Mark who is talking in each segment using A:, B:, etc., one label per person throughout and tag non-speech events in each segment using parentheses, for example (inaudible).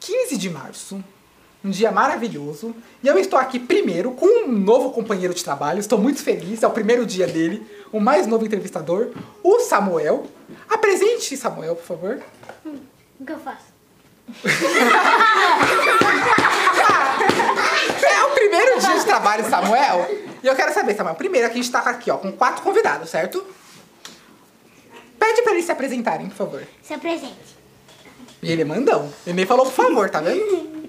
A: 15 de março, um dia maravilhoso, e eu estou aqui primeiro com um novo companheiro de trabalho, estou muito feliz, é o primeiro dia dele, o mais novo entrevistador, o Samuel. Apresente, Samuel, por favor.
B: O que eu faço?
A: É o primeiro dia de trabalho, Samuel. E eu quero saber, Samuel, primeiro aqui a gente tá aqui, ó, com quatro convidados, certo? Pede pra eles se apresentarem, por favor.
B: Se apresente.
A: E ele é mandão. Ele nem falou por favor, tá vendo?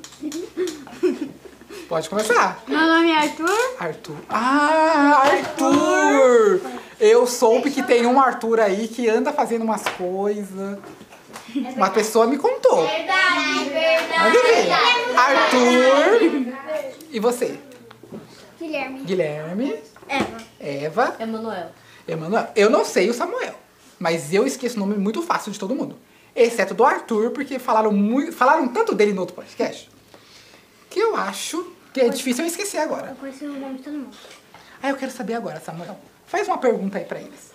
A: Pode começar.
C: Meu nome é Arthur.
A: Arthur. Ah, Arthur! Eu soube que tem um Arthur aí que anda fazendo umas coisas. Uma pessoa me contou.
B: Verdade,
A: Mas
B: verdade.
A: enfim, Arthur. E você?
B: Guilherme.
A: Guilherme.
B: Eva.
A: Eva.
D: Emanuel.
A: Emanuel, eu não sei o Samuel, mas eu esqueço o nome muito fácil de todo mundo. Exceto do Arthur, porque falaram muito. Falaram tanto dele no outro podcast. Que eu acho que é difícil eu esquecer agora.
B: Eu conheci o nome de todo mundo.
A: Ah, eu quero saber agora, Samuel. Faz uma pergunta aí pra eles.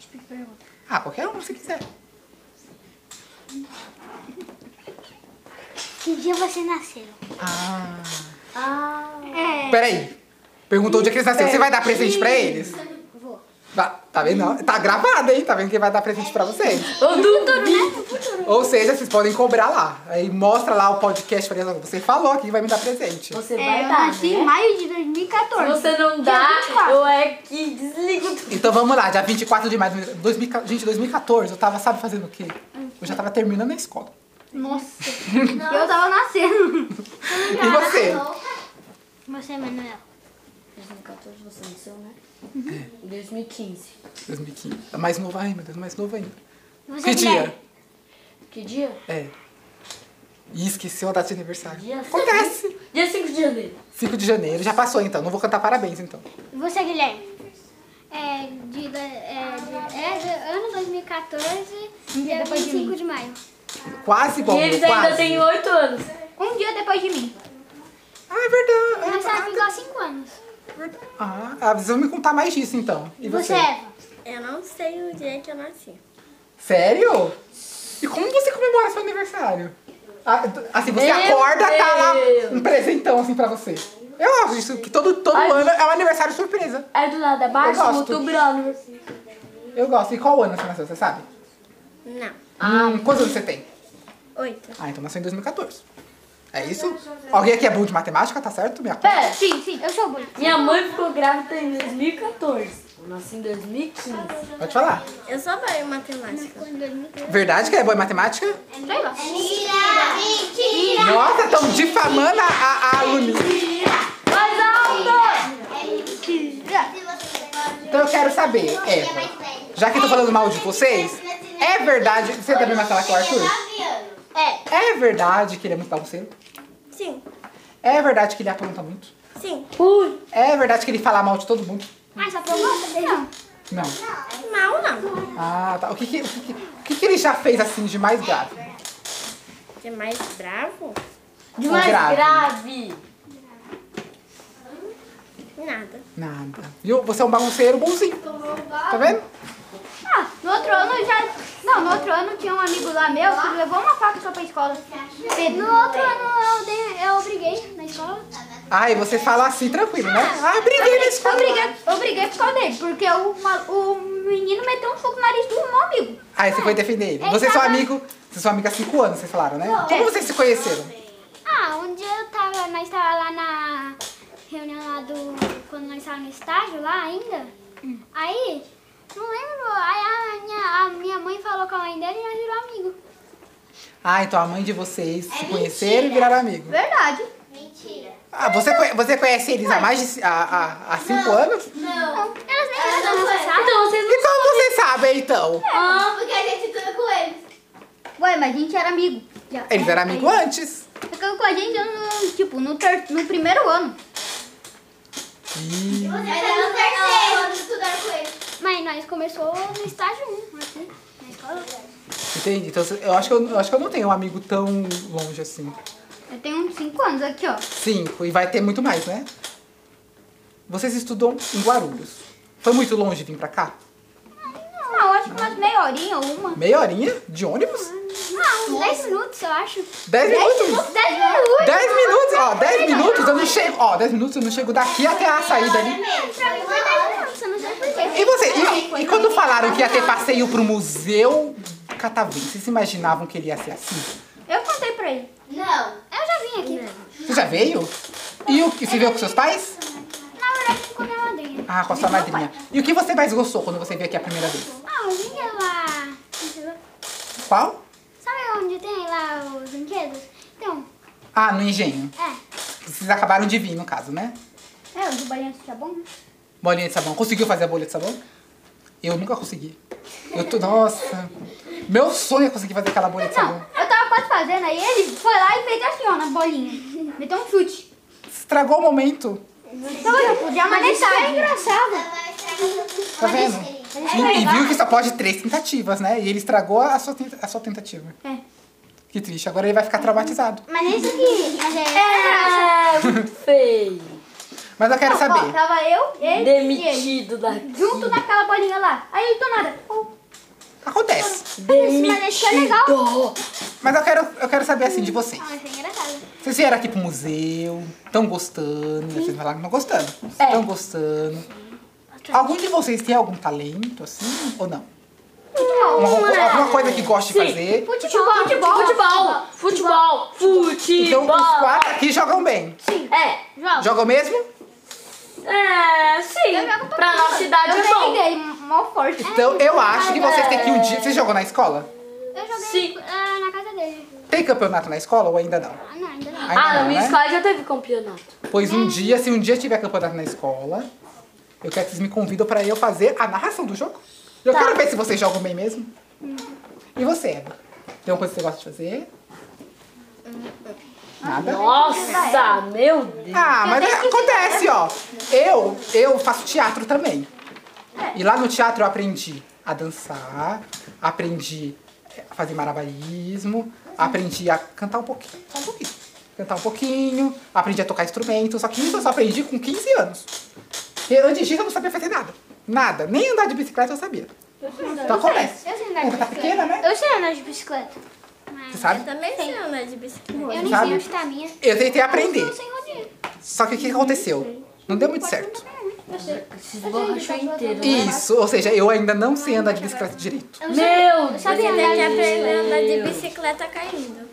B: Tipo, pergunta.
A: Ah, qualquer um se quiser.
B: Que dia você nasceu?
A: Ah.
B: Ah. É.
A: Peraí. Perguntou onde é que eles nasceram. Você vai dar presente pra eles?
B: Vou.
A: Tá, tá vendo? Ó, Tá gravado, hein? Tá vendo quem vai dar presente pra vocês?
D: Ô, Dudu! né?
A: Ou seja, vocês podem cobrar lá. Aí mostra lá o podcast, por exemplo. Você falou aqui, vai me dar presente.
D: Você
C: É,
D: vai
C: eu
D: dar,
C: nasci
D: né?
C: em maio de
D: Se
C: 2014.
D: você não
C: Dia
D: dá,
C: 24.
D: eu é que desligo tudo.
A: Então vamos lá, dia 24 de maio de 2000, gente, 2014, eu tava, sabe, fazendo o quê? Eu já tava terminando a escola.
C: Nossa. Eu tava nascendo.
A: E você?
B: é Você, é Manuel.
D: 2014 você nasceu, né? 2015.
A: 2015. É Mais novo, ai meu Deus, mais novo ainda.
B: Você, é
A: Que
B: Guilherme.
A: dia?
D: Que dia?
A: É. E esqueceu a data de aniversário.
D: Dia
A: Acontece!
D: Dia 5 de janeiro.
A: 5 de janeiro, já passou então, não vou cantar parabéns então.
B: Você, Guilherme. É, de, do- é, de, é do ano 2014, dia 25 de, maio.
A: Quase igual,
D: e
A: meu,
D: eles
A: quase.
D: ainda têm 8 anos.
C: Um dia depois de mim.
A: Ah, é verdade.
B: Nós
A: Ah,
B: estávamos igual há 5 anos.
A: verdade. Ah, precisa me contar mais disso então. E você?
D: é.
B: é Eva.
E: Eu não sei o dia que eu nasci.
A: Sério? E como você comemora seu aniversário? Ah, Assim, você
D: Meu
A: acorda, tá lá
D: Deus.
A: um presentão assim pra você. Eu acho isso, que todo, todo
D: Ai.
A: ano é um aniversário surpresa.
D: Aí É do nada, março,
A: gosto.
D: outubro, ano.
A: Eu gosto. E qual ano você nasceu, você sabe?
E: Não.
A: Ah, quantos anos você tem?
E: Oito.
A: Ah, então nasceu em 2014. É isso? Alguém aqui é bom de matemática, tá certo? Minha conta?
D: Pera,
C: Sim, sim. Eu sou bonita.
D: minha mãe ficou grávida em 2014. Eu nasci em 2015.
A: Pode falar.
E: Eu sou boa em matemática.
A: Verdade que é boa em matemática?
C: Sei lá.
A: É Nossa, estão difamando a, a, a aluna.
D: Mais alto!
A: É Então eu quero saber, Eva, já que eu tô falando mal de vocês, é verdade. Você tá mesma sala com o Arthur?
B: É.
A: É verdade que ele é muito bagunceiro?
E: Sim.
A: É verdade que ele apronta muito?
E: Sim.
D: Ui,
A: É verdade que ele fala mal de todo mundo?
B: Mas a proposta dele?
A: Não.
E: Mal não.
A: Ah, tá. O que que, o que, que- o que que ele já fez assim de mais grave?
E: Você é mais bravo?
D: de
A: Ou
D: mais
A: grave?
D: grave.
E: Nada.
A: Nada. Viu? Você é um bagunceiro bonzinho. Tá vendo?
C: Ah, no outro ano eu já. Não, no outro ano tinha um amigo lá meu que levou uma faca só pra escola. Pedro.
B: No outro ano eu, dei, eu briguei na escola.
A: Ah, e você fala assim tranquilo, né? Ah, briguei na
C: Eu
A: escola.
C: briguei, eu briguei por causa dele, porque o, ma- o menino meteu um soco no nariz do meu amigo.
A: Aí você foi defender ele. Vocês são amigo. Vocês são amigos há cinco anos, vocês falaram, né? Como vocês se conheceram?
B: Ah, um dia eu tava, nós tava lá na reunião lá do. Quando nós estávamos no estágio lá ainda.
C: Hum.
B: Aí, não lembro, aí a minha, a minha mãe falou com a mãe dele e nós virou amigo.
A: Ah, então a mãe de vocês se conheceram e viraram amigo.
C: Verdade.
B: Mentira.
A: Ah, você, conhe- você conhece eles há mais de ci- há, há, há cinco anos?
B: Não. Elas nem eram
D: Então vocês
A: E como vocês sabem, então?
B: porque a gente tudo com eles.
C: Ué, mas a gente era amigo. Já.
A: Eles eram amigos antes.
C: Ficou com a gente, no, tipo, no, ter- no primeiro ano.
A: Ih,
B: Era no terceiro. Estudaram com eles. Mas nós começou no estágio né? 1, aqui, na escola.
A: entendi. Então eu acho, que eu, eu acho que eu não tenho um amigo tão longe assim.
C: Eu tenho uns 5 anos aqui, ó.
A: Cinco. E vai ter muito mais, né? Vocês estudam em Guarulhos. Foi muito longe vir pra cá?
C: Não, acho que umas meia horinha ou uma.
A: Meia horinha de ônibus?
B: Ah, uns 10 minutos, eu acho.
A: Dez minutos?
C: 10 minutos.
A: 10 minutos, ó, 10 minutos eu não chego, ó, 10 minutos eu não chego daqui até a saída ali.
B: Você não sabe por quê.
A: E você, e, e quando falaram que ia ter passeio pro Museu Catavento, vocês imaginavam que ele ia ser assim?
C: Eu contei pra ele.
B: Não. Eu já vim aqui.
A: Você já veio? E o que, você veio com seus pais?
B: Na verdade, com a minha madrinha.
A: Ah, com a sua madrinha. E o que você mais gostou quando você veio aqui a primeira vez?
B: Ah, eu vim lá. entendeu?
A: Qual?
B: Sabe onde tem lá os brinquedos? Então,
A: Ah, no engenho.
B: é.
A: Vocês acabaram de vir, no caso, né?
C: É, o do balanço
B: assim,
C: tá bom, né?
A: Bolinha de sabão. Conseguiu fazer a bolha de sabão? Eu nunca consegui. Eu tô, nossa. Meu sonho é conseguir fazer aquela bolha de
C: Não,
A: sabão.
C: eu tava quase fazendo, aí ele foi lá e fez assim, ó, na bolinha. Meteu um chute.
A: Estragou o momento.
C: Então, eu
B: Tipo,
C: podia mais Mas isso é engraçado.
A: Tá vendo? E, e viu que só pode três tentativas, né? E ele estragou a sua, tenta- a sua tentativa.
C: É.
A: Que triste. Agora ele vai ficar traumatizado.
B: Mas isso aqui. Mas
C: É,
D: É, muito feio.
A: Mas eu quero
C: Ó,
A: saber.
C: tava eu, ele e ele.
D: Demitido da.
C: Junto naquela bolinha lá. Aí, do nada. pum.
A: Acontece.
D: Demitido.
A: Mas eu quero, eu quero saber assim de vocês.
B: é engraçado.
A: Vocês vieram aqui pro museu, estão gostando, né? vocês falaram que não gostando.
C: É.
A: Estão gostando. Algum de vocês tem algum talento, assim, ou não? Uma- alguma coisa que goste de
D: Sim.
A: fazer?
C: Futebol, futebol,
D: Futebol. Futebol.
A: Então,
D: Futebol.
A: os quatro aqui jogam bem.
D: É.
A: Jogam mesmo?
D: É, sim. Pra nossa idade
C: Eu
D: é bom.
C: peguei, mal forte.
A: Então, eu
D: Ah,
A: acho que vocês têm que um dia... Vocês jogam na escola?
B: Eu joguei
D: Sim.
B: ah, na casa dele.
A: Tem campeonato na escola ou ainda não?
B: Ah, não, ainda não.
A: Ainda
D: Ah, na
A: não,
D: minha
A: né?
D: escola já teve campeonato.
A: Pois um dia, se um dia tiver campeonato na escola, eu quero que vocês me convidam pra eu fazer a narração do jogo. Eu
D: Tá.
A: quero ver se vocês jogam bem mesmo. E você, Eva? Tem alguma coisa que você gosta de fazer? Nada?
D: Nossa, meu Deus.
A: Ah, mas acontece, ó. Eu, eu faço teatro também. E lá no teatro eu aprendi a dançar, aprendi a fazer marabaísmo, aprendi a cantar um pouquinho, só um pouquinho. Cantar um pouquinho, aprendi a tocar instrumento, só que isso eu só aprendi com 15 anos. E antes disso eu não sabia fazer nada. Nada. Nem andar de bicicleta eu sabia. Então acontece.
B: Eu sei andar de
A: Ainda tá
B: bicicleta.
A: pequena, né?
B: Eu sei andar de bicicleta.
A: Você
B: Mas
E: Eu
A: sabe?
E: também sei andar de bicicleta.
B: eu nem
A: Sabe?
B: sei onde tá a minha.
A: Eu tentei
B: Eu
A: aprender.
B: sei é. rodinha.
A: Só que o que aconteceu? Não deu muito certo.
B: é.
D: Preciso borrachou inteiro. né?
A: Isso, ou seja, eu ainda não sei andar de bicicleta direito.
D: Meu Deus.
E: Você tem que aprender a andar de bicicleta caindo.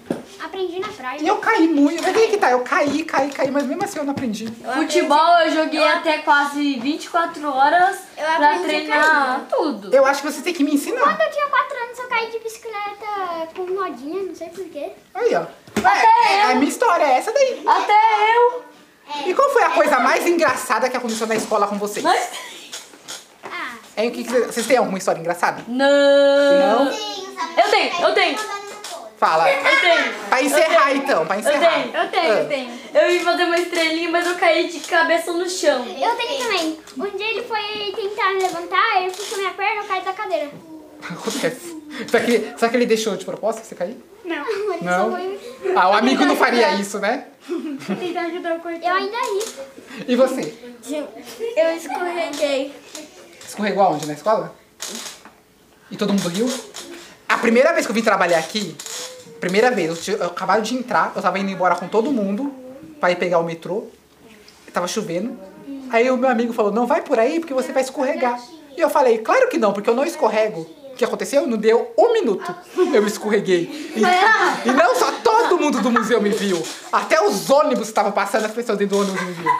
B: Aprendi na praia.
A: E eu caí muito, mas aí que tá, eu caí, caí, caí, mas mesmo assim eu não aprendi.
D: Futebol eu joguei até quase 24 horas
E: Eu
D: pra
E: aprendi
D: treinar tudo.
A: Eu acho que você tem que me ensinar.
B: Quando eu tinha 4 anos, eu caí de bicicleta com rodinha, não sei porquê.
A: Aí, ó.
D: Tá
A: É, é a minha história, é essa daí.
D: Até eu.
A: E qual foi a coisa mais engraçada que aconteceu na escola com vocês?
D: É. Mas...
B: Ah,
A: Hein, o que que cê- vocês têm alguma história engraçada? Não?
D: Não. Eu tenho, eu tenho,
A: Fala.
D: eu tenho.
A: Pra encerrar, então, pra
D: Eu
A: encerrar.
D: tenho, eu tenho, eu tenho. Eu vim fazer uma estrelinha, mas eu caí de cabeça no chão.
B: eu tenho também. Um dia ele foi tentar me levantar, ele puxou minha perna, eu caí da cadeira.
A: (laughs)
B: (laughs)
A: Acontece. Será que, ele- será que ele deixou de propósito você cair?
B: Não. Ele
A: Não?
B: só foi...
A: Ah, o amigo não faria isso, né?
B: Eu ainda ri.
A: E você?
E: Eu escorreguei.
A: Escorregou aonde? Na escola? E todo mundo riu? A primeira vez que eu vim trabalhar aqui, primeira vez, eu, tinha- eu acabava de entrar, eu tava indo embora com todo mundo pra ir pegar o metrô. Tava chovendo. Aí o meu amigo falou, não vai por aí porque você vai escorregar. E eu falei, claro que não, porque eu não escorrego. O que aconteceu? Não deu um minuto. Eu escorreguei. E, e não só todo mundo do museu me viu. Até os ônibus que estavam passando, as pessoas dentro do ônibus me viram.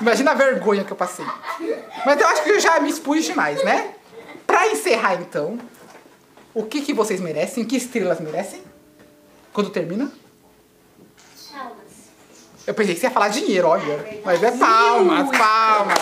A: Imagina a vergonha que eu passei. Mas eu acho que eu já me expus demais, né? Pra encerrar então, o que, que vocês merecem? Que estrelas merecem? Quando termina? Eu pensei que você ia falar dinheiro, olha. Mas é palmas, palmas.